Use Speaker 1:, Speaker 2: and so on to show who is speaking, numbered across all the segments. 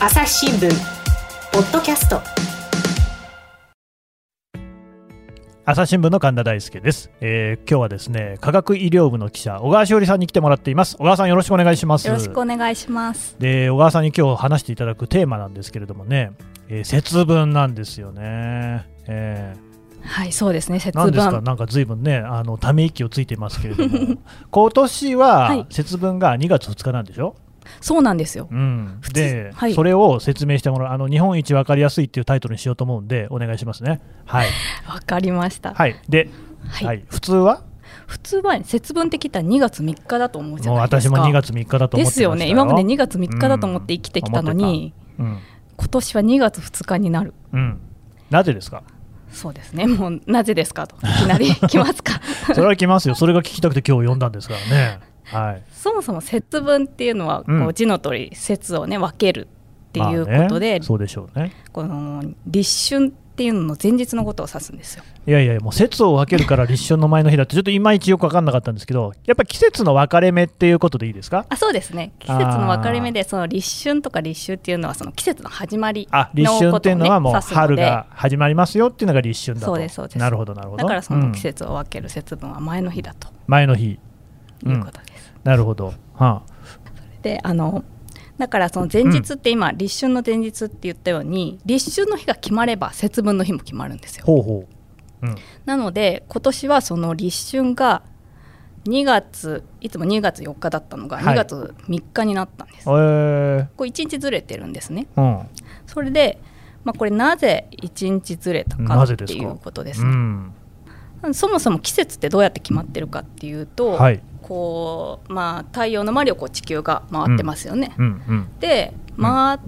Speaker 1: 朝日新聞ポッドキャスト
Speaker 2: 朝日新聞の神田大輔です、えー、今日はですね科学医療部の記者小川しおりさんに来てもらっています小川さんよろしくお願いします
Speaker 3: よろしくお願いします
Speaker 2: で小川さんに今日話していただくテーマなんですけれどもね、えー、節分なんですよね、えー
Speaker 3: はいそうですね節
Speaker 2: なんですか
Speaker 3: 分
Speaker 2: なんか随分ねあのため息をついてますけれど も今年は
Speaker 3: はい
Speaker 2: 節分が2月2日なんでしょ、
Speaker 3: そうなんですよ
Speaker 2: うん、
Speaker 3: 普通
Speaker 2: で、
Speaker 3: はい
Speaker 2: それを説明してもらうあの日本一わかりやすいっていうタイトルにしようと思うんでお願いしますね はい、
Speaker 3: わかりました、
Speaker 2: はい、で、
Speaker 3: はい
Speaker 2: はい、普通は
Speaker 3: 普通は節分って聞いたら2月3日だと思うじゃ
Speaker 2: もう
Speaker 3: ないで
Speaker 2: 私
Speaker 3: すか
Speaker 2: も2月3日だと思ってましたよ
Speaker 3: ですよね今まで2月3日だと思って生きてきたのに、、
Speaker 2: うん思って
Speaker 3: 今年は2月2日になる
Speaker 2: たうんうんなぜですか
Speaker 3: そうですねもうなぜですかといきなり来ますか
Speaker 2: それは来ますよそれが聞きたくて今日呼んだんですからねはい
Speaker 3: そもそも節分っていうのはこ
Speaker 2: うん
Speaker 3: う字の通り節をね分けるっていうこと
Speaker 2: まあ
Speaker 3: で、
Speaker 2: ねそうでしょうね
Speaker 3: この立春っていうのの前日のことを指すんですよ
Speaker 2: いやいやもう節を分けるから立春の前の日だってちょっといまいちよく分かんなかったんですけどやっぱり季節の分かれ目っていうことでいいですか
Speaker 3: あそうですね季節の分かれ目でその立春とか立秋っていうのはその季節の始まり
Speaker 2: あ立春
Speaker 3: の
Speaker 2: っ
Speaker 3: こ
Speaker 2: て
Speaker 3: と
Speaker 2: い
Speaker 3: を
Speaker 2: う
Speaker 3: ね
Speaker 2: のはもう
Speaker 3: 指すの
Speaker 2: 春
Speaker 3: で
Speaker 2: が始まりますよっていうのが立春だと
Speaker 3: そうですそうです
Speaker 2: なるほどなるほど
Speaker 3: だからその季
Speaker 2: うん
Speaker 3: 節を分ける節分は前の日だと
Speaker 2: 前の日うん
Speaker 3: いうことです、
Speaker 2: なるほど、は
Speaker 3: であのだからその前日って今、立春の前日って言ったように立春の日が決まれば節分の日も決まるんです
Speaker 2: あ、
Speaker 3: よ
Speaker 2: ほうほう、うん、
Speaker 3: なので今年はその立春が2月いつも2月4日だったのが
Speaker 2: はい
Speaker 3: 2月3日になったんで
Speaker 2: え
Speaker 3: す、
Speaker 2: ー
Speaker 3: こう1日ずれてるんですね
Speaker 2: うん、
Speaker 3: それで、まあ、これなぜ1日ずれたか
Speaker 2: なぜ
Speaker 3: っ
Speaker 2: です
Speaker 3: て
Speaker 2: か
Speaker 3: いうことです
Speaker 2: う
Speaker 3: ね
Speaker 2: ん、
Speaker 3: そもそも季節ってどうやって決まってるかっていうと、
Speaker 2: はい
Speaker 3: こうまあ、太陽の周りをこう地球が回ってますよね。
Speaker 2: うんうん
Speaker 3: で
Speaker 2: ん
Speaker 3: 回っ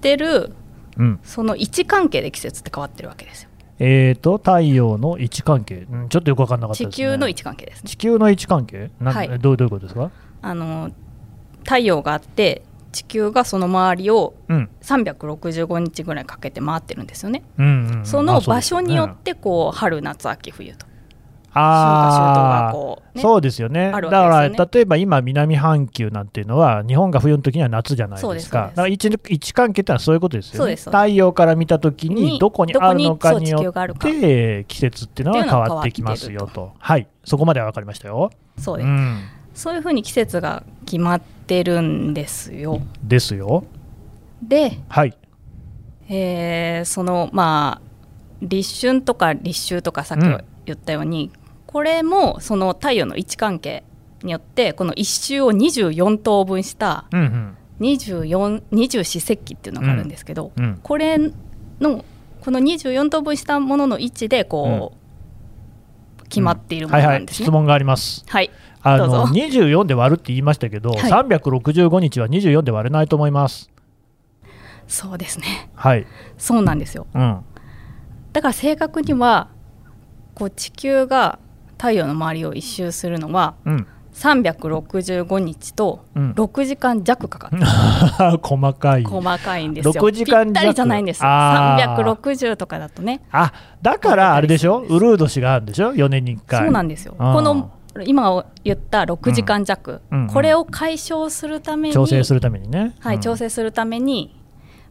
Speaker 3: てる
Speaker 2: うん
Speaker 3: その位置関係で季節って変わってるわけですよ。
Speaker 2: えーと太陽の位置関係、うん、ちょっとよく分かんなかった
Speaker 3: 地
Speaker 2: です、ね、
Speaker 3: 球の位置関係ですね。
Speaker 2: 地球の位置関係なん、
Speaker 3: はい
Speaker 2: どうどういうことですか
Speaker 3: あの太陽があって地球がその周りを
Speaker 2: うん
Speaker 3: 365日ぐらいかけて回ってるんですよね。
Speaker 2: うんうんうん
Speaker 3: そ
Speaker 2: ま
Speaker 3: の
Speaker 2: あう
Speaker 3: 場
Speaker 2: ですよ
Speaker 3: 所
Speaker 2: ね
Speaker 3: によってこう春夏秋冬と
Speaker 2: あー
Speaker 3: 春夏秋冬がこうね
Speaker 2: そうですよね
Speaker 3: ある
Speaker 2: だ
Speaker 3: わけですよ
Speaker 2: から
Speaker 3: ね
Speaker 2: 例えば今南半球なんていうのは日本が冬の時には夏じゃない
Speaker 3: そう
Speaker 2: で
Speaker 3: ですす
Speaker 2: か
Speaker 3: そうで
Speaker 2: だ
Speaker 3: す
Speaker 2: から位置位置関係ってのはそういうことです
Speaker 3: そ
Speaker 2: よ
Speaker 3: う
Speaker 2: ね
Speaker 3: ですそうです
Speaker 2: 太陽から見た時に
Speaker 3: に
Speaker 2: どこに
Speaker 3: どこ
Speaker 2: ある
Speaker 3: に
Speaker 2: のかに
Speaker 3: そう
Speaker 2: よ
Speaker 3: 地球がある
Speaker 2: っ
Speaker 3: か
Speaker 2: て季節っていうのは
Speaker 3: っていう
Speaker 2: 変
Speaker 3: のは
Speaker 2: わってきますよ
Speaker 3: 変わって
Speaker 2: とはいそこまでは分かりましたよ
Speaker 3: そうです、
Speaker 2: ん、
Speaker 3: そういうふうに季節が決まってるんですよ。
Speaker 2: ですよ
Speaker 3: で、
Speaker 2: はい
Speaker 3: えーそのまあ立春とか立秋とかさっき
Speaker 2: うん
Speaker 3: 言ったように、これもその太陽の位置関係によってこの一周を24等分した
Speaker 2: うんうん
Speaker 3: 24 20四節気っていうのがあるんですけど、
Speaker 2: うん
Speaker 3: これのこの24等分したものの位置でこう、決まっているものなんですね。
Speaker 2: はいはい、質問があります。
Speaker 3: はい
Speaker 2: あ
Speaker 3: ど
Speaker 2: の
Speaker 3: うぞ
Speaker 2: 24で割るって言いましたけど、
Speaker 3: はい
Speaker 2: 365日は24で割れないと思います。
Speaker 3: そうですね
Speaker 2: はい。
Speaker 3: そうなんですよ
Speaker 2: うん。
Speaker 3: だから正確にはこう地球が太陽の周りを一周するのは
Speaker 2: うん。
Speaker 3: 365日と
Speaker 2: うん
Speaker 3: 6時間弱かかってる、
Speaker 2: 細かい。
Speaker 3: 細かいんですよ
Speaker 2: 6時間弱
Speaker 3: ぴったりじゃないんですよ
Speaker 2: あー
Speaker 3: 360とかだとね
Speaker 2: あ、だからあれでしょ
Speaker 3: 細かい
Speaker 2: ウルー年があるんでしょ ?4 年に1回。
Speaker 3: そうなんですよ
Speaker 2: あー
Speaker 3: この今言った6時間弱、
Speaker 2: うんうんうん
Speaker 3: これを解消するために
Speaker 2: 調整するためにね。
Speaker 3: はい、調整するために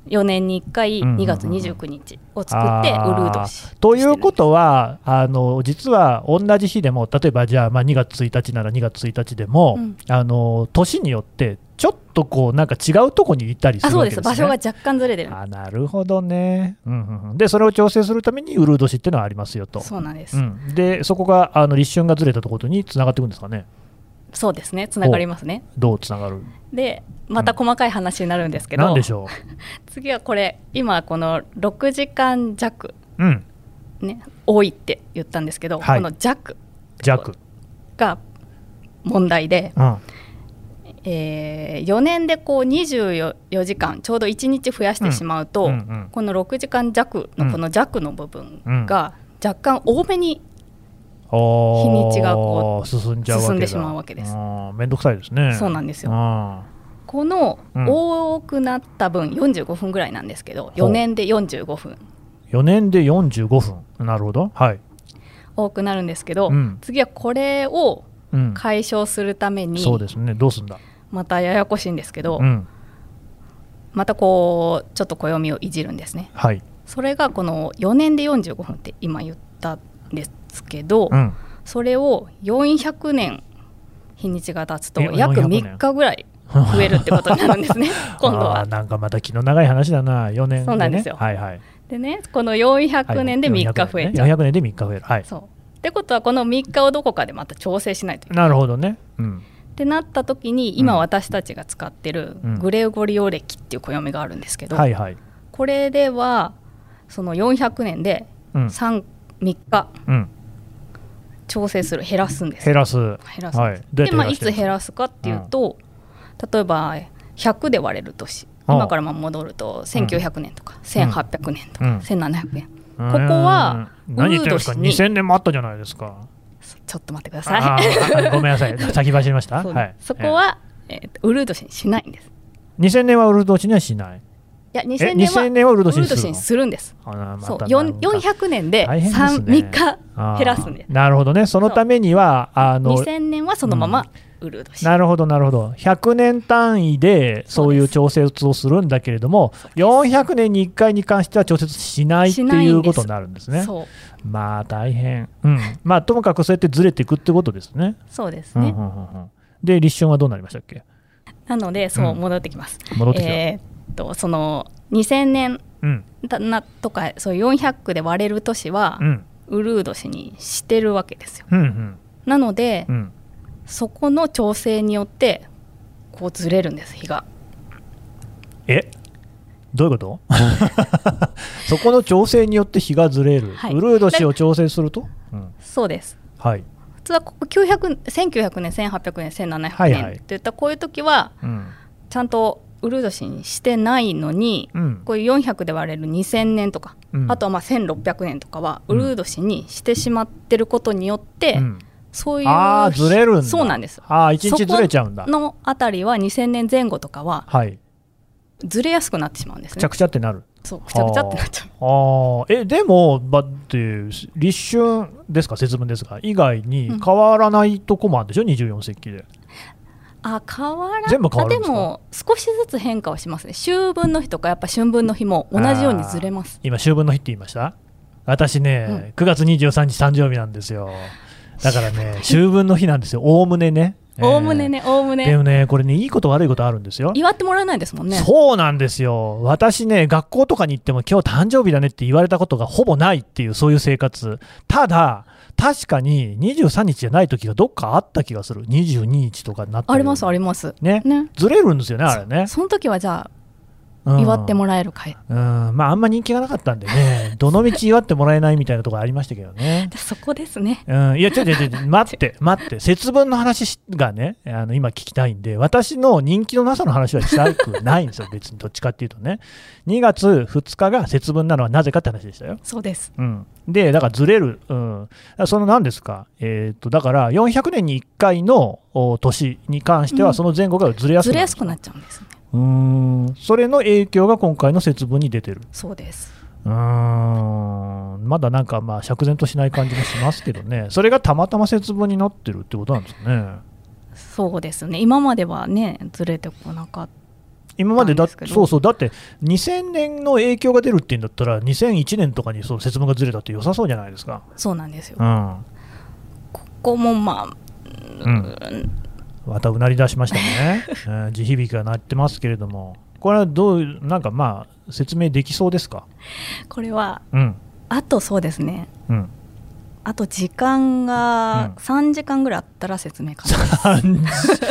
Speaker 3: 4年に1回
Speaker 2: うんうんうん
Speaker 3: 2月29日を作ってウルード
Speaker 2: あーということとは、あの実は同じ日でも、例えばじゃあ、まあ、2月1日なら2月1日でも、
Speaker 3: うん
Speaker 2: あの年によって、ちょっとこう、なんか違うとこに行ったりす
Speaker 3: あ
Speaker 2: る
Speaker 3: そう
Speaker 2: わけ
Speaker 3: で
Speaker 2: ですすね。
Speaker 3: 場所が若干ずれてる
Speaker 2: あなるほどね、うんうんうん、でそれを調整するためにウルー年っていうのはありますよと
Speaker 3: そうなんです、
Speaker 2: うん、でそこがあの立春がずれたところにつながっていくんですかね
Speaker 3: そうですねつながりますね
Speaker 2: どうつながる
Speaker 3: でまた細かい話になるんですけど、
Speaker 2: なんでしょ
Speaker 3: 次はこれ今この6時間弱
Speaker 2: う、うん、
Speaker 3: ね多いって言ったんですけど、
Speaker 2: はい
Speaker 3: この弱
Speaker 2: 弱、
Speaker 3: が問題で、
Speaker 2: うん、
Speaker 3: え4年でこう24時間ちょうど1日増やしてしまうと、
Speaker 2: うんうんうん
Speaker 3: この6時間弱
Speaker 2: うん
Speaker 3: のこの弱の部分が若干多めに
Speaker 2: おー
Speaker 3: 日にちがこ
Speaker 2: 進んじゃうわけだ
Speaker 3: 進んでしまうわけです
Speaker 2: あーめんどくさいですね
Speaker 3: そうなんですよ
Speaker 2: あ
Speaker 3: この
Speaker 2: うん
Speaker 3: 多くなった分45分ぐらいなんですけど
Speaker 2: ほう
Speaker 3: 4年で45分
Speaker 2: ー4年で45分なるほどはい、
Speaker 3: 多くなるんですけど、
Speaker 2: うん
Speaker 3: 次はこれを
Speaker 2: うん、
Speaker 3: 解消するために
Speaker 2: そうですねどうすんだ
Speaker 3: またややこしいんですけど、
Speaker 2: うん
Speaker 3: またこうちょっと暦をいじるんですね
Speaker 2: はい。
Speaker 3: それがこの4年で45分って今言ったんですけど、
Speaker 2: うん。
Speaker 3: それを400年日にちが経つと
Speaker 2: え
Speaker 3: 約
Speaker 2: 400
Speaker 3: 3日ぐらい増えるってことになるんですね 今度
Speaker 2: あ
Speaker 3: は
Speaker 2: ー。なんかまた気の長い話だな、4年、ね。
Speaker 3: そうなんですよ
Speaker 2: はいはい。
Speaker 3: でねこの400年で3日増えちゃう。
Speaker 2: 400年で3日増える。はい。
Speaker 3: そうってことはこの3日をどこかでまた調整しないといけない
Speaker 2: なるほどね。うん。
Speaker 3: ってなった時に
Speaker 2: う
Speaker 3: 今
Speaker 2: ん
Speaker 3: 私たちが使ってる
Speaker 2: うん
Speaker 3: グレゴリオ暦っていう暦があるんですけど、
Speaker 2: はいはい。
Speaker 3: これではその400年で
Speaker 2: うん。
Speaker 3: 3日
Speaker 2: うん。
Speaker 3: 調整する減らすんです
Speaker 2: 減らす。
Speaker 3: 減らす、
Speaker 2: はい。どうやって
Speaker 3: で、まあ、いつ
Speaker 2: る
Speaker 3: 減らすかっていうと、例えば100で割れる年
Speaker 2: ああ
Speaker 3: 今からまあ戻ると1900年とか、1800年とか、
Speaker 2: うん
Speaker 3: 1700年
Speaker 2: こ
Speaker 3: ここは
Speaker 2: 何言ってるんですか
Speaker 3: ウルード氏
Speaker 2: ?2000 年もあったじゃないですか。
Speaker 3: ちょっと待ってくだ
Speaker 2: あ
Speaker 3: さい
Speaker 2: ーあごめ んなさい。先走りました。
Speaker 3: そう
Speaker 2: はい。
Speaker 3: そこは、えーとウルード氏にしないんですい
Speaker 2: えー。2000年はウルード氏にはしない。
Speaker 3: や
Speaker 2: え
Speaker 3: 2000年は
Speaker 2: 2000年はウルー
Speaker 3: ウ
Speaker 2: ド氏
Speaker 3: ル
Speaker 2: に
Speaker 3: ード
Speaker 2: する
Speaker 3: 氏に
Speaker 2: の。
Speaker 3: するんです
Speaker 2: あーま
Speaker 3: そう
Speaker 2: たなん
Speaker 3: 4
Speaker 2: か
Speaker 3: 400年で
Speaker 2: 大変です
Speaker 3: 3
Speaker 2: ね
Speaker 3: 日減
Speaker 2: あー
Speaker 3: らすんです
Speaker 2: なるほどね。そのためには、あの、
Speaker 3: 2000年はそのままウルード氏、
Speaker 2: なるほど、なるほど。100年単位でそういう調節をするんだけれども、400年に1回に関しては調節しないって
Speaker 3: しないんです
Speaker 2: いうことになるんですね。
Speaker 3: そう
Speaker 2: まあ大変。うん。まあともかくそうやってずれていくってことですね。
Speaker 3: そうです
Speaker 2: うんう
Speaker 3: ね、
Speaker 2: んうんうんで、立春はどうなりましたっけ
Speaker 3: なのでそう
Speaker 2: うん
Speaker 3: 戻ってきます、
Speaker 2: 戻ってきた。
Speaker 3: えーっとその2000年
Speaker 2: うん。
Speaker 3: だなとかそういう400区で割れる都市は
Speaker 2: うん。
Speaker 3: ウルード氏にしてるわけですよ
Speaker 2: うん。うん。
Speaker 3: なので、
Speaker 2: うん。
Speaker 3: そこの調整によってこうずれるんです日が
Speaker 2: えどういうこと そこの調整によって日がずれる、
Speaker 3: はい
Speaker 2: ウルード氏を調整すると、うん
Speaker 3: そうです
Speaker 2: はい、
Speaker 3: 普通はここ900 1900年1800年1700
Speaker 2: はい
Speaker 3: 年
Speaker 2: はい
Speaker 3: っていったこういう時は
Speaker 2: うん
Speaker 3: ちゃんとウルード氏にしてないのに、
Speaker 2: うん
Speaker 3: こういう400で割れる2000年とか、
Speaker 2: うん
Speaker 3: あとはまあ1600年とかは
Speaker 2: う
Speaker 3: ウ
Speaker 2: ん
Speaker 3: ルード氏にしてしまってることによって、
Speaker 2: うん
Speaker 3: そういう
Speaker 2: ああずれるんだ
Speaker 3: そうなんです
Speaker 2: ああ一日ずれちゃうんだ
Speaker 3: そこのあたりは2000年前後とかは
Speaker 2: はい
Speaker 3: ずれやすくなってしまうんです
Speaker 2: くちゃ
Speaker 3: ね
Speaker 2: くちゃってなる
Speaker 3: そうくちゃくちゃってなっちゃう
Speaker 2: あーえでもだって立春ですか節分ですか以外に
Speaker 3: うん
Speaker 2: 変わらないとこもあるでしょ、24節気で
Speaker 3: あ変わら
Speaker 2: 全部変わるんですか
Speaker 3: あでも少しずつ変化はしますね秋分の日とかやっぱ春分の日も同じようにずれます
Speaker 2: 今秋分の日って言いました私ね、
Speaker 3: うん
Speaker 2: 9月23日誕生日なんですよだから ね秋分の日なんですよおおむねね
Speaker 3: おおむねねおおむ
Speaker 2: で
Speaker 3: ね
Speaker 2: もねこれねいいこと悪いことあるんですよ
Speaker 3: 祝ってもらえないですもんね
Speaker 2: そうなんですよ私ね学校とかに行っても今日誕生日だねって言われたことがほぼないっていうそういう生活ただ確かに23日じゃない時がどっかあった気がする22日とかになった
Speaker 3: ありますあ
Speaker 2: り
Speaker 3: ります
Speaker 2: ね
Speaker 3: ね
Speaker 2: ずれるんですよねあれね、
Speaker 3: その時はじゃ
Speaker 2: う
Speaker 3: あ
Speaker 2: ん
Speaker 3: 祝ってもらえるかい、
Speaker 2: うんまああんま人気がなかったんで ねどの道祝ってもらえないみたいなところありましたけどね
Speaker 3: そこですね
Speaker 2: うん、いや、違う違う違う、待 って、待って、節分の話がね、あの今聞きたいんで、私の人気のなさの話はしたくないんですよ、別にどっちかっていうとね。2月2日が節分なのはなぜかって話でしたよ。
Speaker 3: そうです
Speaker 2: うん、で、だからずれる、うん、その何ですか、えっとだから400年に1回のお年に関して
Speaker 3: う
Speaker 2: は、
Speaker 3: ん
Speaker 2: その前後がずれやす
Speaker 3: ず
Speaker 2: く
Speaker 3: れ
Speaker 2: な
Speaker 3: や
Speaker 2: る、
Speaker 3: すくなっちゃうんですね
Speaker 2: うーん、それの影響が今回の節分に出てる。
Speaker 3: そうです
Speaker 2: うーんまだなんかまあ釈然としない感じもしますけどね、 それがたまたま節分になってるってことなんですかね。
Speaker 3: そうですね今まではねずれてこなかっ
Speaker 2: 今までだ
Speaker 3: なんですけど
Speaker 2: そうそうだって2000年の影響が出るっていうんだったら2001年とかにそう節分がずれたって良さそうじゃないですか。
Speaker 3: たそうなんですよ
Speaker 2: うん、
Speaker 3: ここもまあ
Speaker 2: うん、またうなり出しました ね。うん地響きが鳴ってますけれども、これはどうなんかまあ説明できそうですか。
Speaker 3: これは
Speaker 2: うん
Speaker 3: あとそうですね
Speaker 2: うん。
Speaker 3: あと時間が
Speaker 2: うん
Speaker 3: 3時間ぐらいあったら説明可 能です、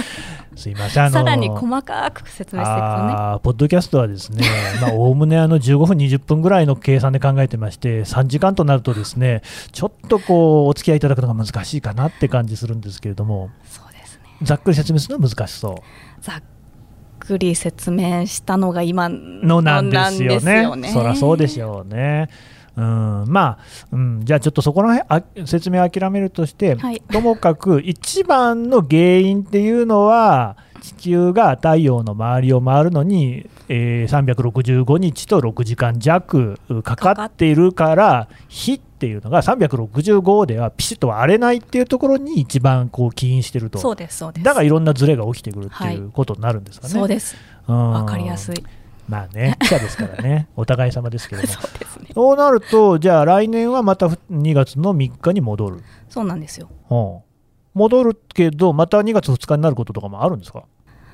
Speaker 2: すいませんあの
Speaker 3: さらに細かく説明していくとね
Speaker 2: あーポッドキャストはですね、 まあ、おおむねあの15分、20分ぐらいの計算で考えてまして、3時間となるとですね、ちょっとこう、お付き合いいただくのが難しいかなって感じするんですけれども、
Speaker 3: そうですね
Speaker 2: ざっくり説明するのは難しそう。
Speaker 3: ざっくり説明したのが今
Speaker 2: の
Speaker 3: の
Speaker 2: なんですよね。
Speaker 3: なんですよ
Speaker 2: そりゃそうでしょうね。うん、まあ、うん、じゃあちょっとそこら辺あ説明を諦めるとして、
Speaker 3: はい
Speaker 2: ともかく一番の原因っていうのは地球が太陽の周りを回るのに、えー365日と6時間弱うかかっているから日っていうのが365ではピシッと割れないっていうところに一番こう起因してると
Speaker 3: そうですそうです
Speaker 2: だからいろんなズレが起きてくるっていうことになるんですかね。
Speaker 3: そうです
Speaker 2: うん
Speaker 3: わかりやすい
Speaker 2: まあね、 記者ですからね、お互い様ですけども。
Speaker 3: そうですね
Speaker 2: そうなると、じゃあ来年はまた2月の3日に戻る。
Speaker 3: そうなんですよ
Speaker 2: うん戻るけど、また2月2日になることとかもあるんですか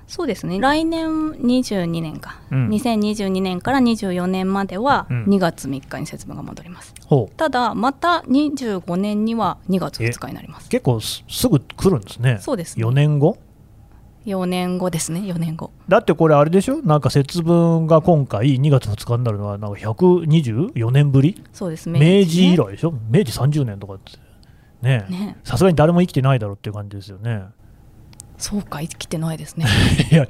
Speaker 3: そうですね来年22年か、
Speaker 2: うん
Speaker 3: 2022年から24年までは
Speaker 2: うん
Speaker 3: 2月3日に節分が戻ります、
Speaker 2: ほう
Speaker 3: ただまた25年には2月2日になります
Speaker 2: 結構すすぐ来るんですね。
Speaker 3: そうですね
Speaker 2: 4年後
Speaker 3: 4年後ですね4年後
Speaker 2: だってこれあれでしょなんか節分が今回2月2日になるのはなんか124年ぶり
Speaker 3: そうです
Speaker 2: 明
Speaker 3: ね
Speaker 2: 治以来でしょ明治30年とかってねえ
Speaker 3: ね
Speaker 2: さすがに誰も生きてないだろうっていう感じですよね
Speaker 3: そうか生きてないですね
Speaker 2: いや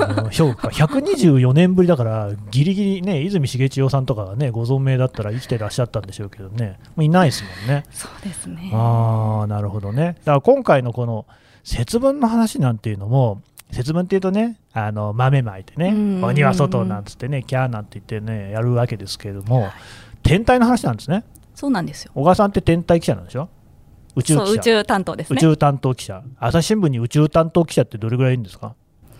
Speaker 2: あのそうか124年ぶりだからギリギリね泉重千代さんとかがねご存命だったら生きてらっしゃったんでしょうけどねもういないですもんね
Speaker 3: そうですね
Speaker 2: ああなるほどねだから今回のこの節分の話なんていうのも節分っていうとねあの豆まいてね
Speaker 3: うんうんうん
Speaker 2: 鬼は外なんつってねキャーなんて言ってねやるわけですけれども天体の話なんですね
Speaker 3: そうなんですよ
Speaker 2: 小川さんって天体記者なんでしょ宇宙記
Speaker 3: そう宇
Speaker 2: 者
Speaker 3: 宙担当です
Speaker 2: 宇
Speaker 3: ね
Speaker 2: 宙担当記者朝日新聞に宇宙担当記者ってどれぐらいいるんですか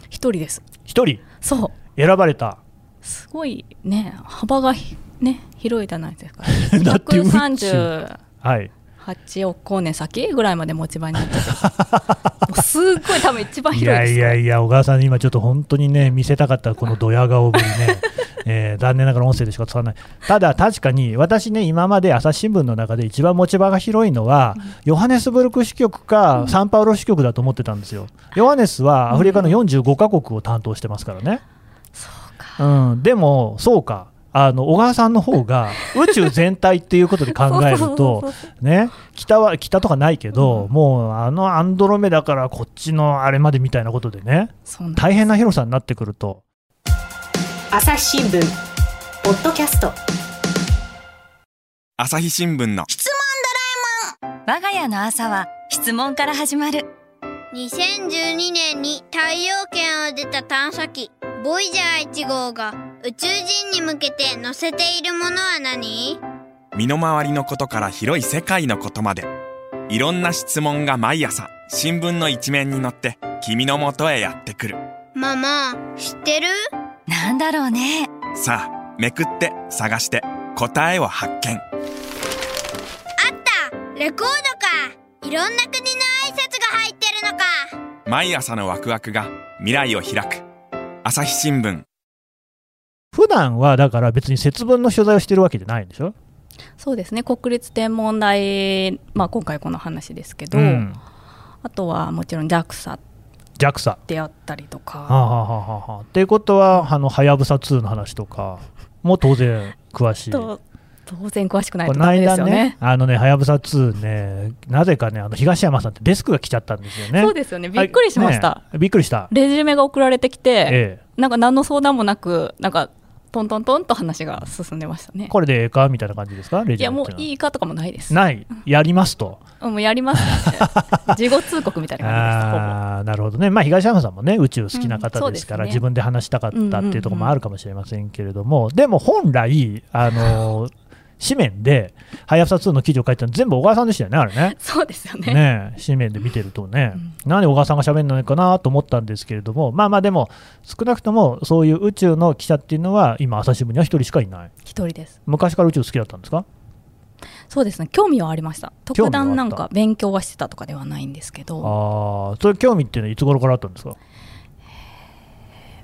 Speaker 3: 一人です
Speaker 2: 一人
Speaker 3: そう
Speaker 2: 選ばれた
Speaker 3: すごいね幅がひね広いじゃないですか
Speaker 2: だって宇宙
Speaker 3: 138
Speaker 2: はい
Speaker 3: 億光年先ぐらいまで持ち場になってるもうすっごい多分一番
Speaker 2: い
Speaker 3: 広い
Speaker 2: や
Speaker 3: です
Speaker 2: いやいや、小川さん、今ちょっと本当にね、見せたかった、このドヤ顔ぶり ね、えー残念ながら音声でしか伝わらない、ただ確かに、私ね、今まで朝日新聞の中で一番持ち場が広いのは、ヨハネスブルク支局か、サンパウロ支局だと思ってたんですよ、ヨハネスはアフリカの45カ国を担当してますからね、
Speaker 3: そうか
Speaker 2: うん、でも、そうか。あの小川さんの方が宇宙全体っていうことで考える
Speaker 3: そうそうそ
Speaker 2: と
Speaker 3: うそ、
Speaker 2: ね、北は北とかないけど、もうあのアンドロメダからこっちのあれまでみたいなことでね、
Speaker 3: そうなん
Speaker 2: 大変な広さになってくると
Speaker 1: 朝日新聞ポッドキャスト
Speaker 4: 朝日新聞の
Speaker 5: 我が家の朝は質問から始まる
Speaker 6: 2012年に太陽圏を出た探査機ボイジャー1号が宇宙人に向けて載せているものは何
Speaker 4: 身の回りのことから広い世界のことまでいろんな質問が毎朝新聞の一面に載って君のもとへやってくる
Speaker 6: ママ知ってる
Speaker 5: なんだろうね
Speaker 4: さあめくって探して答えを発見
Speaker 6: あったレコードかいろんな国の挨拶が入ってるのか
Speaker 4: 毎朝のワクワクが未来を開く朝日新聞
Speaker 2: 普段はだから別に節分の取材をしてるわけじゃないんでしょ、
Speaker 3: そうですね国立天文台、まあ、今回この話ですけど、
Speaker 2: うん、
Speaker 3: あとはもちろん JAXA
Speaker 2: JAXA は
Speaker 3: であったりと
Speaker 2: あはあ
Speaker 3: か
Speaker 2: はあはあはあっていうことはあのはやぶさ2の話とかも当然詳しい
Speaker 3: と当然詳しくない
Speaker 2: ことの
Speaker 3: ダメです
Speaker 2: 間
Speaker 3: よ
Speaker 2: ね
Speaker 3: ね
Speaker 2: あのねはやぶさ2ねなぜかねあの東山さんってデスクが来ちゃったんですよね
Speaker 3: そうですよねびっくりしました、
Speaker 2: はいねびっくりした
Speaker 3: レジュメが送られてきて、
Speaker 2: え
Speaker 3: なんか何の相談もなくなんかトントントンと話が進んでましたね
Speaker 2: えこれでええかみたいな感じですかレ
Speaker 3: い
Speaker 2: ジ
Speaker 3: や
Speaker 2: ェンド
Speaker 3: も
Speaker 2: って
Speaker 3: う
Speaker 2: のはい
Speaker 3: いかとかもないです
Speaker 2: ないやりますと
Speaker 3: うんもうやりま すって事後通告みたいな感
Speaker 2: あーなるほどね、まあ、東山さんもね宇宙好きな方
Speaker 3: うん
Speaker 2: ですから、
Speaker 3: そうですね
Speaker 2: 自分で話したかったっていうところもあるかもしれませんけれども、でも本来、あのー紙面で「はやぶさ2」の記事を書いてたの全部小川さんでしたよね、あれね。
Speaker 3: じほぼそうですよ ね
Speaker 2: ねえ紙面で見てるとね、なんで小川さんが喋るのかなと思ったんですけれども、まあまあ、でも、少なくともそういう宇宙の記者っていうのは、今、朝日新聞には一人しかいない、
Speaker 3: 一人です
Speaker 2: 昔から宇宙好きだったんですか
Speaker 3: そうですね興味はありました
Speaker 2: 味はあ
Speaker 3: 特
Speaker 2: った
Speaker 3: 段なんか勉強はしてたとかではないんですけ
Speaker 2: あ
Speaker 3: ど
Speaker 2: あー、それ、興味っていうのは、いつ頃からあったんですか、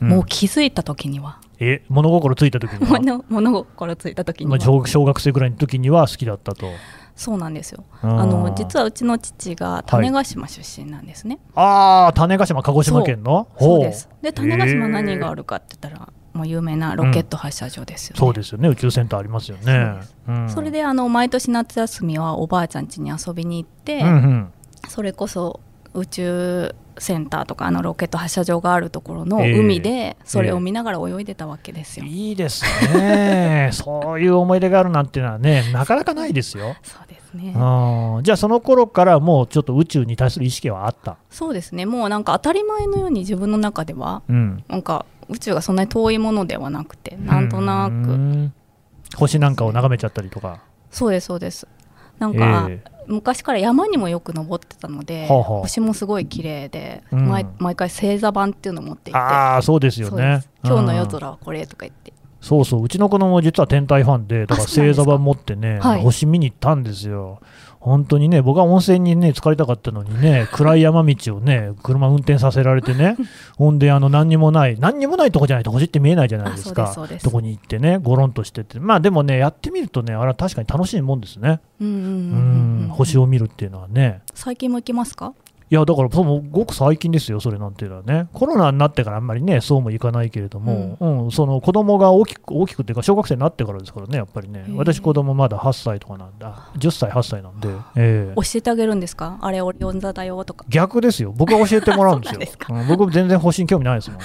Speaker 2: うん
Speaker 3: もう気づいた時には、
Speaker 2: え物心ついた時には
Speaker 3: 物物心ついた時に
Speaker 2: まあ、
Speaker 3: は
Speaker 2: 小小学生ぐらいの時には好きだったと。
Speaker 3: そうなんですよ
Speaker 2: あー
Speaker 3: あの実はうちの父が種子島出身なんですね、
Speaker 2: ああ、種子島、鹿児島県の
Speaker 3: そう
Speaker 2: ほ
Speaker 3: ですで種子島何があ
Speaker 2: る、
Speaker 3: るかって言ったら、もう有名なロケット発射場ですよ
Speaker 2: え
Speaker 3: ね、
Speaker 2: ーそうですよね、宇宙センターありますよね。うん
Speaker 3: それ、であの毎年夏休みはおばあちゃん家に遊びに行って、
Speaker 2: うんうん
Speaker 3: それこそ宇宙センターとかあのロケット発射場があるところの
Speaker 2: ええ
Speaker 3: 海でそれを見ながら泳いでたわけですよ、
Speaker 2: いいです ね、そういう思い出があるなんていうのはね、なかなかないですよ。
Speaker 3: そうですね
Speaker 2: うんじゃあ、その頃からもうちょっと宇宙に対する意識はあった。
Speaker 3: そうですねもうなんか当たり前のように自分の中では
Speaker 2: うん、
Speaker 3: なんか宇宙がそんなに遠いものではなくてなんとな
Speaker 2: う
Speaker 3: く
Speaker 2: ん星なんかを眺めちゃったりとか。
Speaker 3: そうですそうですなんか、
Speaker 2: ええ
Speaker 3: 昔から山にもよく登ってたので、
Speaker 2: ほうほう
Speaker 3: 星もすごい綺麗で、
Speaker 2: うん
Speaker 3: 毎毎回星座版っていうのを持っていて
Speaker 2: ああそうですよ
Speaker 3: そうで
Speaker 2: ね
Speaker 3: す今日の夜
Speaker 2: うん
Speaker 3: 空はこれとか言って、
Speaker 2: そうそううちの子供も実は天体ファンでだから
Speaker 3: あそうな
Speaker 2: 星
Speaker 3: んですか
Speaker 2: 座版持ってね、
Speaker 3: はい
Speaker 2: 星見に行ったんですよ本当にね僕は温泉にね疲れたかったのに ね暗い山道をね車運転させられてねほんであの何にもない何にもないとこじゃないと星って見えないじゃないです
Speaker 3: あ
Speaker 2: か
Speaker 3: そうですそうです
Speaker 2: とこに行ってねゴロンとしててまあでもねやってみるとねあれは確かに楽しいもんですね
Speaker 3: うんうん
Speaker 2: うん
Speaker 3: うんうん
Speaker 2: 星を見るっていうのはね
Speaker 3: 最近も行きますか
Speaker 2: いやだからそのごく最近ですよ、それなんていうのはね、コロナになってからあんまりね、そうもいかないけれども、うんその子供が大きく大きくっていうか、小学生になってからですからね、やっぱりね
Speaker 3: へ、え
Speaker 2: 私、子供まだ8歳とかなんだ、10歳、8歳なんで、ええ
Speaker 3: 教えてあげるんですかあれオリオン座だよとか
Speaker 2: 逆ですよ、僕は教えてもらうん ですよ、
Speaker 3: そう
Speaker 2: うん僕、全然方針興味ない ですもん。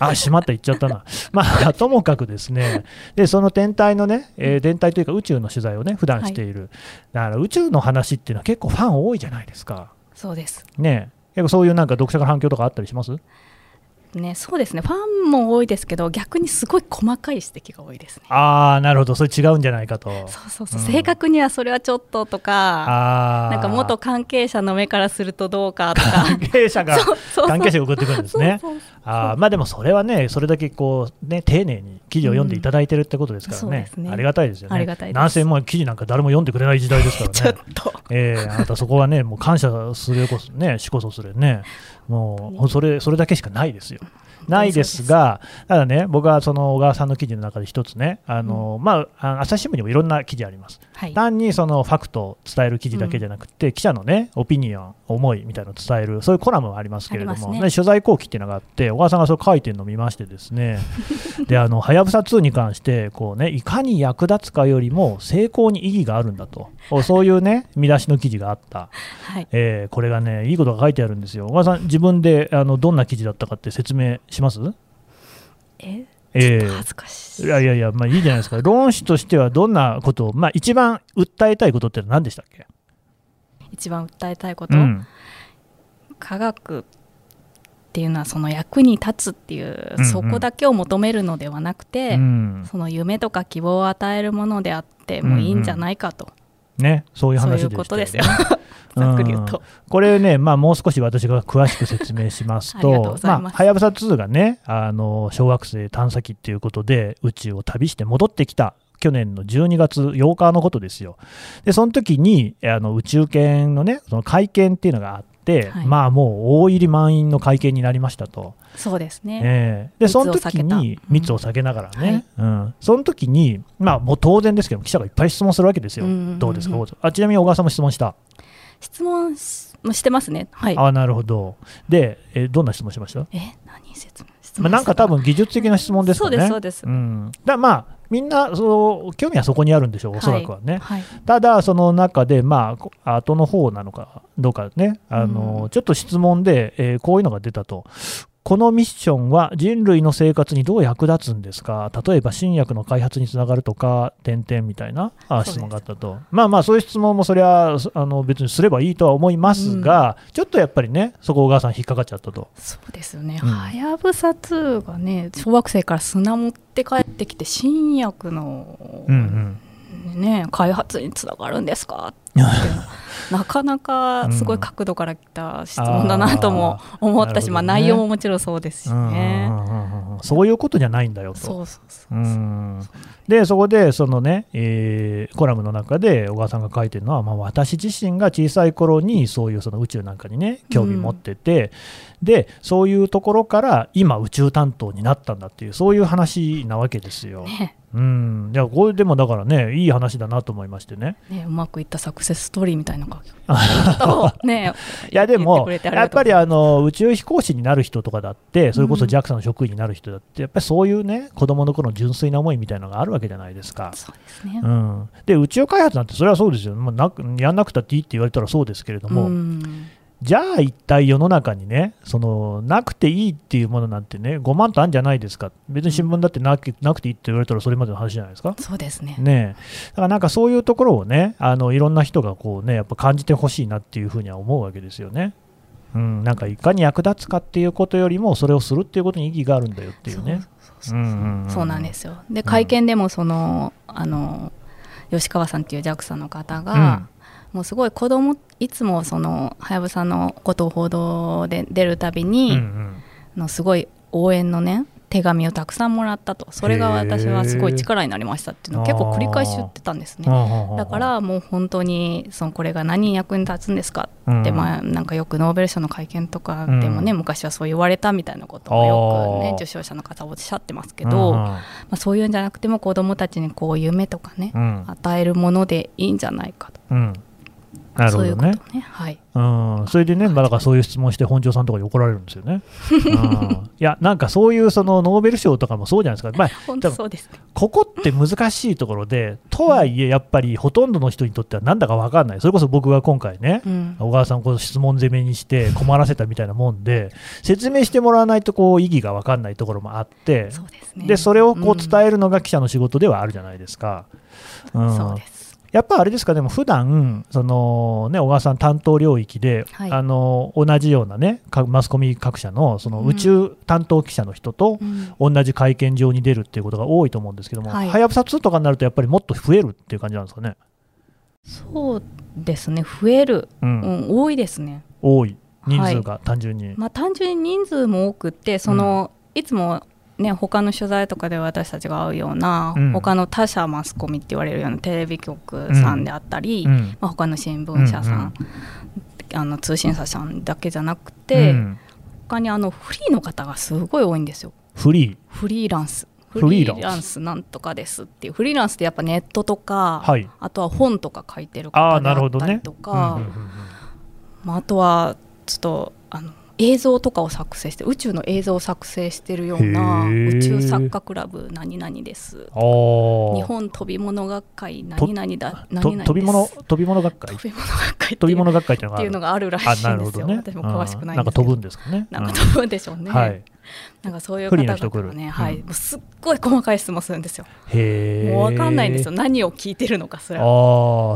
Speaker 2: あ、しまった、言っちゃったな。まあ、 ともかくですね、で、その天体のね、えー天体というか宇宙の取材をね、普段している、だから宇宙の話っていうのは結構ファン多いじゃないですか。
Speaker 3: そうです
Speaker 2: ねえ結構そういうなんか読者が反響とかあったりします
Speaker 3: ねそうですねファンも多いですけど逆にすごい細かい指摘が多いですね
Speaker 2: ああなるほどそれ違うんじゃないかと
Speaker 3: そうそうそう、
Speaker 2: うん
Speaker 3: 正確にはそれはちょっととか
Speaker 2: ああ
Speaker 3: なんか元関係者の目からするとどうかと か
Speaker 2: 関係者が
Speaker 3: そうそう
Speaker 2: 関係者が送ってくるんですね
Speaker 3: そうそうそう
Speaker 2: ああまあでもそれはねそれだけこうね丁寧に記事を読んでいただいてるってことですから
Speaker 3: うんそう
Speaker 2: ね,、
Speaker 3: ですね
Speaker 2: ありがたいですよね
Speaker 3: ありがたいです
Speaker 2: なんせもう記事なんか誰も読んでくれない時代ですか
Speaker 3: ちょ
Speaker 2: ら
Speaker 3: っ
Speaker 2: ね
Speaker 3: と
Speaker 2: ええあなたそこはねもう感謝するこそねしこそするねもうそれそれだけしかないですよないですが、ただね、僕はその小川さんの記事の中で一つね、あのまあ、あ朝日新聞にもいろんな記事あります、
Speaker 3: はい
Speaker 2: 単にそのファクトを伝える記事だけじゃなくて、記者のね、オピニオン、思いみたいなのを伝える、そういうコラムはありますけれど
Speaker 3: ありま
Speaker 2: も、
Speaker 3: すね
Speaker 2: ね取材後期っていうのがあって、小川さんがそれ書いてるのを見ましてです ね、で、あの、はやぶさ2に関して、こうね、いかに役立つかよりも成功に意義があるんだと、そういうね、見出しの記事があった。
Speaker 3: はい
Speaker 2: えーこれがね、いいことが書いてあるんですよ。小川さん、自分であのどんな記事だったかって説明します
Speaker 3: え
Speaker 2: え
Speaker 3: ちょっと
Speaker 2: ー
Speaker 3: 恥ずかしい
Speaker 2: いやいやいや、まあいいじゃないですか。論旨としてはどんなことを、まあ一番訴えたいことって何でしたっけ
Speaker 3: 一番訴えたいこと、
Speaker 2: うん。
Speaker 3: 科学っていうのはその役に立つっていう、
Speaker 2: うんうん
Speaker 3: そこだけを求めるのではなくて、
Speaker 2: うん
Speaker 3: その夢とか希望を与えるものであってもいいんじゃないかと、
Speaker 2: ね、そういう
Speaker 3: そう
Speaker 2: 話
Speaker 3: い
Speaker 2: で
Speaker 3: う
Speaker 2: した
Speaker 3: ことです
Speaker 2: ね
Speaker 3: よ ざっくり言うと、
Speaker 2: これね、まあ、もう少し私が詳しく説明します
Speaker 3: ありがとう
Speaker 2: と
Speaker 3: ご、ざいます
Speaker 2: あ、はやぶさ2がね、あの、小惑星探査機っていうことで、宇宙を旅して戻ってきた。去年の12月8日のことですよ。で、その時に、あの、宇宙犬のね、その会見っていうのがあって、
Speaker 3: はい
Speaker 2: まあ、もう大入り満員の会見になりましたと。
Speaker 3: そうですね、
Speaker 2: ええで、
Speaker 3: 密
Speaker 2: そ
Speaker 3: を
Speaker 2: の
Speaker 3: 避け
Speaker 2: 時
Speaker 3: た
Speaker 2: に
Speaker 3: うん
Speaker 2: 密を避けながらね、うん、その時に、まあ、もう当然ですけど、記者がいっぱい質問するわけですよ
Speaker 3: うんうんう。ん
Speaker 2: どうですか、あ、ちなみに小川さんも質問した。
Speaker 3: 質問しもしてますねはい
Speaker 2: ああなるほど。で、えーどんな質問しました、
Speaker 3: え何説明質問
Speaker 2: まあ、なんか多分技術的な質問ですかね。
Speaker 3: そうですそうです
Speaker 2: ん、だまあみんなその興味はそこにあるんでしょう、おそらくはね。
Speaker 3: はい、
Speaker 2: ただ、その中で、まあこ、後の方なのかどうかね、あの
Speaker 3: うん
Speaker 2: ちょっと質問で、えーこういうのが出たと。このミッションは人類の生活にどう役立つんですか例えば新薬の開発につながるとか、点々みたいなあ
Speaker 3: そうです
Speaker 2: 質問があったと。まあまあ、そういう質問もそれはあの別にすればいいとは思いますが、ちょっとやっぱりね、そこ小川さん引っかかっちゃったと。
Speaker 3: そうですよね、
Speaker 2: うん
Speaker 3: はやぶさ2がね小学生から砂持って帰ってきて新薬の、
Speaker 2: うんうん
Speaker 3: ね、開発につながるんですかっ ていうのはなかなかすごい角度から来た質問だなとも思ったし、
Speaker 2: うん
Speaker 3: ま
Speaker 2: あ
Speaker 3: あ、
Speaker 2: ーなるほどね
Speaker 3: 内容ももちろんそうですし
Speaker 2: うん
Speaker 3: ね。
Speaker 2: うんうんうんうんそういうことじゃないんだよと。
Speaker 3: そうそうそううそう、
Speaker 2: んでそこでそのね、えーコラムの中で小川さんが書いてるのは、まあ、私自身が小さい頃にそういうその宇宙なんかにね興味持ってて、でそういうところから今宇宙担当になったんだっていうそういう話なわけですよ。
Speaker 3: ね
Speaker 2: うんいやこれでもだからねいい話だなと思いましてね。
Speaker 3: ねうまくいったサクセスストーリーみたいなのがね
Speaker 2: いやでも
Speaker 3: 言ってくれてあり
Speaker 2: やっ
Speaker 3: がと
Speaker 2: ぱ
Speaker 3: う
Speaker 2: りあの宇宙飛行士になる人とかだってそれこそ JAXA の職員になる人だってやっぱりそういうね子供の頃の純粋な思いみたいなのがあるわけじゃないですか。
Speaker 3: そうですね。
Speaker 2: うん、で宇宙開発なんてそれはそうですよ、まあ、なくやんなくたっていいって言われたらそうですけれども、
Speaker 3: うん
Speaker 2: じゃあ一体世の中にねそのなくていいっていうものなんてね5万とあるんじゃないですか別に新聞だってなくなくていいって言われたらそれまでの話じゃないですか。
Speaker 3: そうですね。
Speaker 2: ねえ、だからなんかそういうところをねあのいろんな人がこうねやっぱ感じてほしいなっていうふうには思うわけですよね。うん、なんかいかに役立つかっていうことよりもそれをするっていうことに意義があるんだよっていうね。
Speaker 3: そうそうそうそう
Speaker 2: うんうんうん
Speaker 3: そうなんですよ。で会見でもその、あの吉川さんっていう JAXA の方が、もうすごい子供いつもそのはやぶさのことを報道で出るたび
Speaker 2: うんう
Speaker 3: に、
Speaker 2: ん
Speaker 3: あのすごい応援のね手紙をたくさんもらったとそれが私はすごい力になりましたっていうのを結構繰り返し言ってたんですねだからもう本当にそのこれが何に役に立つんですかって、
Speaker 2: うん
Speaker 3: まあ、なんかよくノーベル賞の会見とかでもね、
Speaker 2: う
Speaker 3: 昔はそう言われたみたいなことをよ
Speaker 2: あ
Speaker 3: くね
Speaker 2: ー
Speaker 3: 受賞者の方おっしゃってますけど、まあ、そういうんじゃなくても子どもたちにこう夢とかね、
Speaker 2: うんうん
Speaker 3: 与えるものでいいんじゃないかと、
Speaker 2: うん、なるほ
Speaker 3: そういう
Speaker 2: ど
Speaker 3: こと
Speaker 2: ね。
Speaker 3: ね。はい、
Speaker 2: うん、それでね、まあ、だからそういう質問して本庄さんとかに怒られるんですよ ね。うん、いや、なんかそういうそのノーベル賞とかもそうじゃないですか、まあ、
Speaker 3: 本
Speaker 2: 多
Speaker 3: 当
Speaker 2: 分
Speaker 3: そうですね
Speaker 2: ここって難しいところで、とはいえ、やっぱりほとんどの人にとってはなんだか分かんない、それこそ僕が今回ね、
Speaker 3: うん
Speaker 2: 小川さんをこう質問攻めにして困らせたみたいなもんで、説明してもらわないとこう意義が分かんないところもあって、
Speaker 3: そうですね
Speaker 2: でそれをこう
Speaker 3: え、
Speaker 2: 伝えるのが記者の仕事ではあるじゃないですか。う
Speaker 3: うん
Speaker 2: ん
Speaker 3: そうです
Speaker 2: やっぱあれですか、でも普段そのね小川さん、担当領域で、
Speaker 3: はい
Speaker 2: あの同じようなね、かマスコミ各社のその
Speaker 3: うん
Speaker 2: 宇宙担当記者の人と
Speaker 3: うん
Speaker 2: 同じ会見場に出るっていうことが多いと思うんですけども、
Speaker 3: はい
Speaker 2: はやぶさ2とかになると、やっぱりもっと増えるっていう感じなんですかね、
Speaker 3: そうですね増える、
Speaker 2: う
Speaker 3: うんん、多いですね
Speaker 2: 多い、人数が単純に。
Speaker 3: まあ、単純に人数も多くってその、いつも、ね、他の取材とかで私たちが会うような、
Speaker 2: うん
Speaker 3: 他の他社マスコミって言われるようなテレビ局さんであったり、
Speaker 2: うん
Speaker 3: まあ、他の新聞社さん、あの通信社さんだけじゃなくて、
Speaker 2: うん
Speaker 3: 他にあのフリーの方がすごい多いんですよ
Speaker 2: フリー、
Speaker 3: フリーランス。
Speaker 2: フ
Speaker 3: フ
Speaker 2: リ
Speaker 3: リ
Speaker 2: ーランス
Speaker 3: ーランスなんとかですっていうフリーランスってやっぱネットとか、
Speaker 2: はい
Speaker 3: あとは本とか書いてる
Speaker 2: あ
Speaker 3: 方
Speaker 2: あ、
Speaker 3: で
Speaker 2: なる
Speaker 3: あ
Speaker 2: ほ
Speaker 3: っ
Speaker 2: ど
Speaker 3: たり
Speaker 2: ね。
Speaker 3: と
Speaker 2: う
Speaker 3: か
Speaker 2: んうんうんうん
Speaker 3: まあ、あとはちょっとあの映像とかを作成して宇宙の映像を作成してるような
Speaker 2: へー
Speaker 3: 宇宙作家クラブ何々です
Speaker 2: あー
Speaker 3: 日本飛び物学会何々だ
Speaker 2: と
Speaker 3: 何々です
Speaker 2: 飛び物飛び物学会
Speaker 3: 飛び物学会って
Speaker 2: 飛
Speaker 3: い
Speaker 2: び
Speaker 3: う
Speaker 2: 物学会っていうの
Speaker 3: っ
Speaker 2: があ
Speaker 3: ていう
Speaker 2: る
Speaker 3: のがあるらしいん
Speaker 2: あ
Speaker 3: です
Speaker 2: な
Speaker 3: よ
Speaker 2: るほどね
Speaker 3: 私も詳しくない
Speaker 2: うんんんか
Speaker 3: です
Speaker 2: 飛
Speaker 3: けど
Speaker 2: ぶんですかね
Speaker 3: なんか
Speaker 2: ぶ、
Speaker 3: 飛ぶんでしょう
Speaker 2: う
Speaker 3: ね、
Speaker 2: んはい
Speaker 3: なんかそうい
Speaker 2: 不
Speaker 3: う方
Speaker 2: 利な人
Speaker 3: 々が
Speaker 2: 来
Speaker 3: ね、
Speaker 2: る
Speaker 3: はい、
Speaker 2: うん
Speaker 3: もうすっごい細かい質問するんですよ、
Speaker 2: へえ
Speaker 3: もう分かんないんですよ何を聞いてるのかすら
Speaker 2: ああ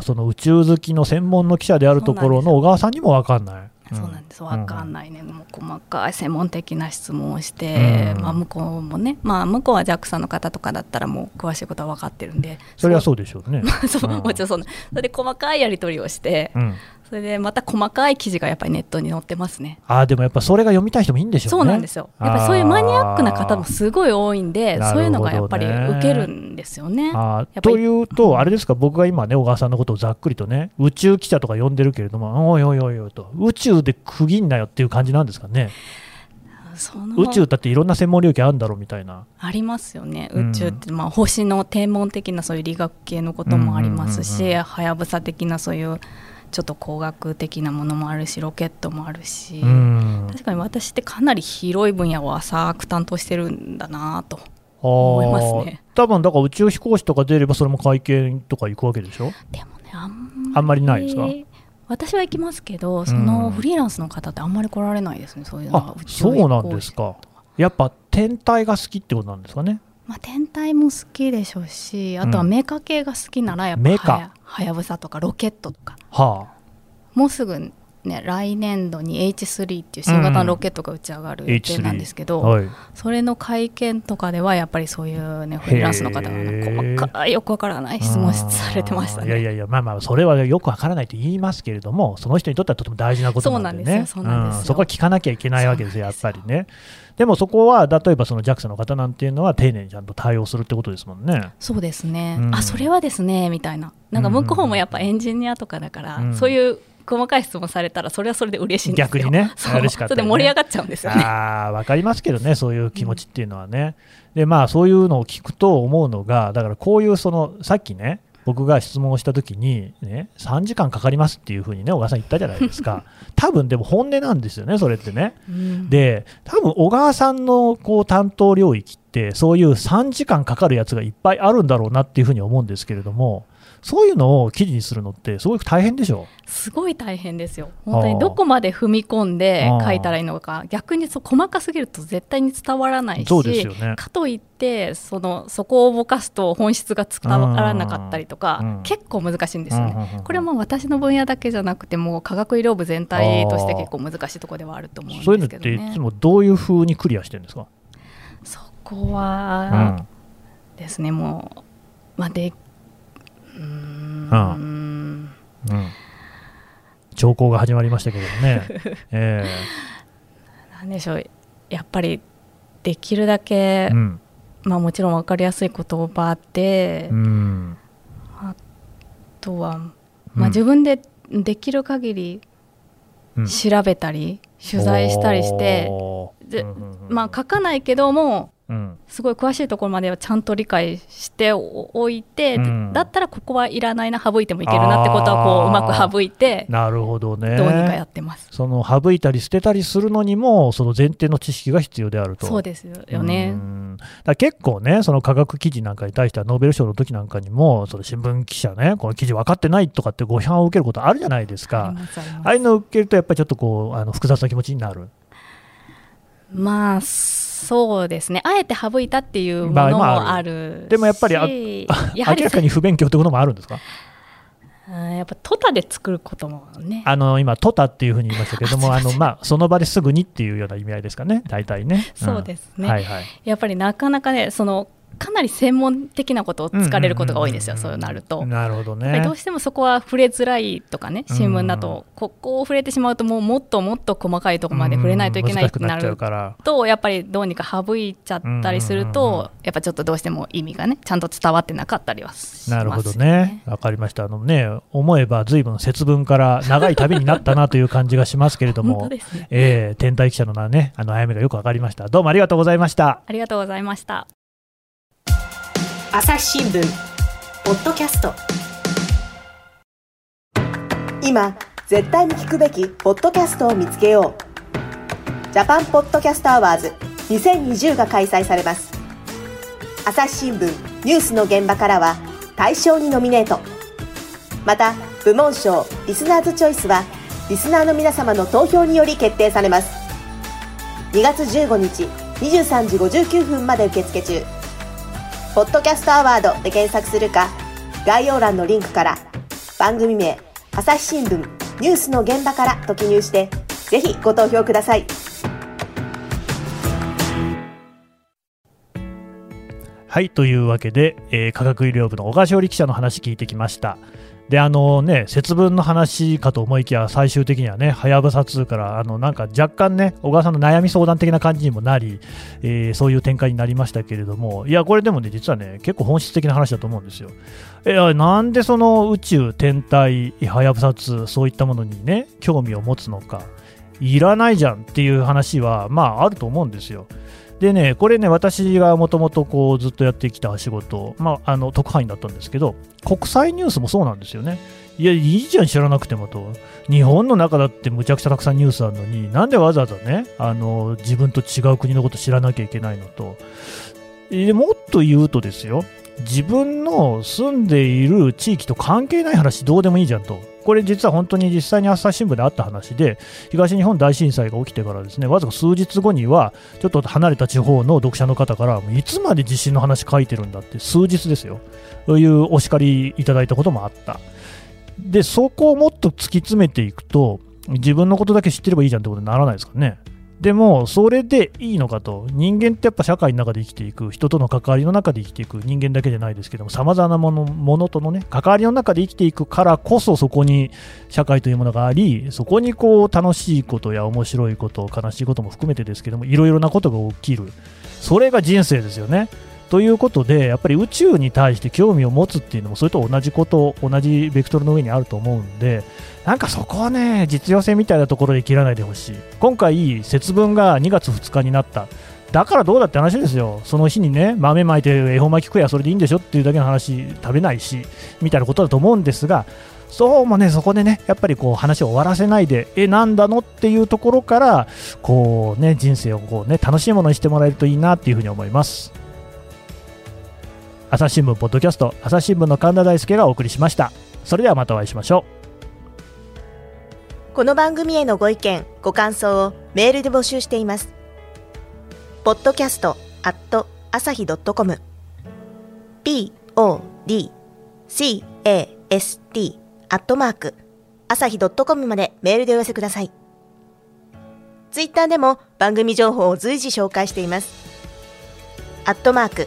Speaker 2: その宇宙好きの専門の記者であるところの小川さんにも分かんない
Speaker 3: そうなんです、
Speaker 2: わ
Speaker 3: わかんないね、もう細かい専門的な質問をして、
Speaker 2: うん
Speaker 3: まあ、向こうもね、まあ、向こうは JAXA の方とかだったら、もう詳しいことは分かってるんで、
Speaker 2: それはそうでしょうね
Speaker 3: う そう
Speaker 2: うん
Speaker 3: もちろんそんな、それで細かいやり取りをして、
Speaker 2: うん
Speaker 3: それでまた細かい記事がやっぱりネットに載ってますね。
Speaker 2: ああでもやっぱそれが読みたい人もいいんでしょうね
Speaker 3: そうなんですよやっぱりそういうマニアックな方もすごい多いんで、
Speaker 2: あー
Speaker 3: そういうのがやっぱり
Speaker 2: なるほどね
Speaker 3: 受けるんですよね。
Speaker 2: あー
Speaker 3: やっぱり
Speaker 2: というと、あれですか、僕が今ね、小川さんのことをざっくりとね、宇宙記者とか呼んでるけれども、おいおいおいおいと、宇宙で区切んなよっていう感じなんですかね、
Speaker 3: その
Speaker 2: 宇宙だっていろんな専門領域あるんだろうみたいな、
Speaker 3: ありますよね
Speaker 2: うん
Speaker 3: 宇宙って、まあ、星の天文的なそういう理学系のこともあります
Speaker 2: うんうんう
Speaker 3: し
Speaker 2: んう
Speaker 3: はやぶさ的なそういうちょっと工学的なものもあるしロケットもあるし、
Speaker 2: うん、
Speaker 3: 確かに私ってかなり広い分野を浅く担当してるんだなと
Speaker 2: 思
Speaker 3: 思いますね。
Speaker 2: 多分だから宇宙飛行士とか出ればそれも会見とか行くわけでしょ
Speaker 3: でもねあん
Speaker 2: あんまりないですか
Speaker 3: 私は行きますけどその
Speaker 2: うん
Speaker 3: フリーランスの方ってあんまり来られないですねそういうのが
Speaker 2: あそうなんです、かやっぱ天体が好きってことなんですかね
Speaker 3: まあ、天体も好きでしょうしあとは
Speaker 2: うん
Speaker 3: メカ系が好きならやっぱ
Speaker 2: メ
Speaker 3: は
Speaker 2: カ
Speaker 3: やはやぶさとかロケットとか
Speaker 2: は
Speaker 3: もうすぐね来年度に H3 っていう新型のロケットが打ち上がる予定なんですけ
Speaker 2: あ、
Speaker 3: ど、
Speaker 2: はい、
Speaker 3: それの会見とかではやっぱりそういうねフリーランスの方が
Speaker 2: へ
Speaker 3: ね
Speaker 2: ー
Speaker 3: 細かいよくわからない質問されてました
Speaker 2: うんいやい
Speaker 3: ね。
Speaker 2: やいやまあまあそれはよくわからないと言いますけれどもその人にとってはとても大事なことなんでね
Speaker 3: そうなんですよそうなんですよ
Speaker 2: そこは聞かなきゃいけないわけですよやっ
Speaker 3: そう
Speaker 2: ぱ
Speaker 3: なん
Speaker 2: りねでもそこは例えばその JAXA の方なんていうのは丁寧にちゃんと対応するってことですもんね
Speaker 3: そうですね、
Speaker 2: うん
Speaker 3: あそれはですねみたいななんか向こうもやっぱエンジニアとかだから、
Speaker 2: うん
Speaker 3: そういう細かい質問されたらそれはそれで嬉しいんですよ
Speaker 2: 逆にね
Speaker 3: そう
Speaker 2: 嬉しかった
Speaker 3: そ
Speaker 2: よね
Speaker 3: れで盛り上がっちゃうんですよね
Speaker 2: ああ、わかりますけどね、そういう気持ちっていうのはね。で、まあ、そういうのを聞くと思うのが、だからこういう、その、さっきね、僕が質問をしたときに、ね、3時間かかりますっていうふうにね、小川さん言ったじゃないです か。多分、でも本音なんですよね、それってね。
Speaker 3: うん
Speaker 2: で、多分、小川さんの、こう、担当領域って、そういう3時間かかるやつがいっぱいあるんだろうなっていうふうに思うんですけれども、そういうのを記事にするのって、すごく大変でしょ
Speaker 3: すごい大変ですよ本当
Speaker 2: あー
Speaker 3: にどこまで踏み込んで
Speaker 2: あー
Speaker 3: 書いたらいいのか逆にそう細かすぎると絶対に伝わらないし
Speaker 2: そうですよね
Speaker 3: かといってそのそこをぼかすと本質が伝わらなかったりとか、
Speaker 2: うん
Speaker 3: 結構難しいんですよね。
Speaker 2: うんうんうんうん
Speaker 3: これはもう私の分野だけじゃなくてもう科学医療部全体として結構難しいところではあると思うん
Speaker 2: そういう
Speaker 3: で
Speaker 2: のっ
Speaker 3: すけど
Speaker 2: て、い
Speaker 3: ね
Speaker 2: つ。もどういうふうにクリアしてるんですか、
Speaker 3: そこは
Speaker 2: ん、
Speaker 3: ですね、もう、まあ、でうーん
Speaker 2: うんうん兆候が始まりましたけども ね。え
Speaker 3: なんでしょうやっぱりできるだけ、
Speaker 2: えうん
Speaker 3: まあ、もちろん分かりやすい言葉で、
Speaker 2: うん
Speaker 3: あとは、
Speaker 2: うん
Speaker 3: まあ、自分でできる限り
Speaker 2: うん
Speaker 3: 調べたり、取材したりして、
Speaker 2: おー
Speaker 3: で
Speaker 2: うんうんうん
Speaker 3: まあ、書かないけども
Speaker 2: うん
Speaker 3: すごい詳しいところまではちゃんと理解しておいて、
Speaker 2: うん
Speaker 3: だったらここはいらないな省いてもいけるなってことはこううまく省いて
Speaker 2: なるほどね。
Speaker 3: どうにかやってます。
Speaker 2: その省いたり捨てたりするのにもその前提の知識が必要であると。
Speaker 3: そうですよね
Speaker 2: う。んだから結構ね、その科学記事なんかに対しては、ノーベル賞の時なんかにも、その新聞記者ね、この記事分かってないとかってご批判を受けることあるじゃないです
Speaker 3: あ
Speaker 2: か
Speaker 3: り。ますあります
Speaker 2: ああいうのを受けると、やっぱりちょっとこう、あの複雑な気持ちになる
Speaker 3: まあそうですねあえて省いたっていうも
Speaker 2: 場合
Speaker 3: の
Speaker 2: もある
Speaker 3: もあるし
Speaker 2: でもやっぱりあ
Speaker 3: やは
Speaker 2: 明
Speaker 3: り
Speaker 2: らかに不勉強ってこともあるんですか
Speaker 3: うんやっぱトタで作ることもね
Speaker 2: あの今、トタっていうふうに言いましたけど も、あのまあ、その場ですぐにっていうような意味合いですかね、大体ね。ん
Speaker 3: そうですね
Speaker 2: はいはい、
Speaker 3: やっぱりなかなかねそのかなり専門的なことを疲れることが多いんですよ、
Speaker 2: んんんん
Speaker 3: そうなると。
Speaker 2: なるほど
Speaker 3: やっぱ
Speaker 2: ね
Speaker 3: りどうしてもそこは触れづらいとかね新聞だとここを触れてしまうともうもっともっと細かいところまで触れないといけないってな
Speaker 2: うん難しくなっちゃう
Speaker 3: る
Speaker 2: から
Speaker 3: とやっぱりどうにか省いちゃったりする
Speaker 2: うんうんうんうん
Speaker 3: とやっぱちょっとどうしても意味がねちゃんと伝わってなかったりはしますよ
Speaker 2: なるほどね。わかりました。あのね、思えば随分節分から長い旅になったなという感じがしますけれど
Speaker 3: 本
Speaker 2: も
Speaker 3: 当、ですね
Speaker 2: えー天体記者の名ね、あの、あやめがよくわかりました。どうもありがとうございました。
Speaker 3: ありがとうございました。
Speaker 1: 朝日新聞ポッドキャスト
Speaker 7: 今絶対に聞くべきポッドキャストを見つけようジャパンポッドキャストアワーズ2020が開催されます朝日新聞ニュースの現場からは大賞にノミネートまた部門賞リスナーズチョイスはリスナーの皆様の投票により決定されます2月15日23時59分まで受付中ポッドキャストアワードで検索するか概要欄のリンクから番組名朝日新聞ニュースの現場からと記入してぜひご投票ください
Speaker 2: はい、というわけで、えー科学医療部の小川勝利記者の話聞いてきました。で、あのね、節分の話かと思いきや、最終的にはね、はやぶさ2から、あの、なんか若干ね、小川さんの悩み相談的な感じにもなり、えーそういう展開になりましたけれども、いや、これでもね、実はね、結構本質的な話だと思うんですよ。えーなんでその宇宙、天体、はやぶさ2、そういったものにね、興味を持つのか、いらないじゃんっていう話は、まあ、あると思うんですよ。でね、これね、私がもともとこうずっとやってきた仕事、まあ、あの特派員だったんですけど、国際ニュースもそうなんですよね。いや、いいじゃん、知らなくてもと。日本の中だってむちゃくちゃたくさんニュースあるのに、なんでわざわざね、あの自分と違う国のこと知らなきゃいけないのと。でもっと言うとですよ、自分の住んでいる地域と関係ない話、どうでもいいじゃんと。これ実は本当に実際に朝日新聞であった話で、東日本大震災が起きてからですね、わずか数日後には、ちょっと離れた地方の読者の方から、いつまで地震の話書いてるんだって、数日ですよ、というお叱りいただいたこともあった。で、そこをもっと突き詰めていくと、自分のことだけ知ってればいいじゃんってことにならないですかね。でも、それでいいのかと、人間ってやっぱ社会の中で生きていく、人との関わりの中で生きていく、人間だけじゃないですけども、さまざまなものものとのね、関わりの中で生きていくからこそ、そこに社会というものがありそこにこう楽しいことや面白いこと悲しいことも含めてですけどもいろいろなことが起きるそれが人生ですよねということでやっぱり宇宙に対して興味を持つっていうのもそれと同じこと同じベクトルの上にあると思うんでなんかそこはね実用性みたいなところで切らないでほしい今回節分が2月2日になっただからどうだって話ですよその日にね豆まいて恵方巻き食えやそれでいいんでしょっていうだけの話食べないしみたいなことだと思うんですがそうもね、そこでね、やっぱりこう話を終わらせないで、え、なんだのっていうところから、こうね、人生をこうね、楽しいものにしてもらえるといいなっていうふうに思います。朝日新聞ポッドキャスト、朝日新聞の神田大輔がお送りしました。それではまたお会いしましょう。
Speaker 7: この番組へのご意見ご感想をメールで募集しています podcast at 朝日 .com podcast アットマーク朝日 .com までメールでお寄せくださいツイッターでも番組情報を随時紹介していますアットマーク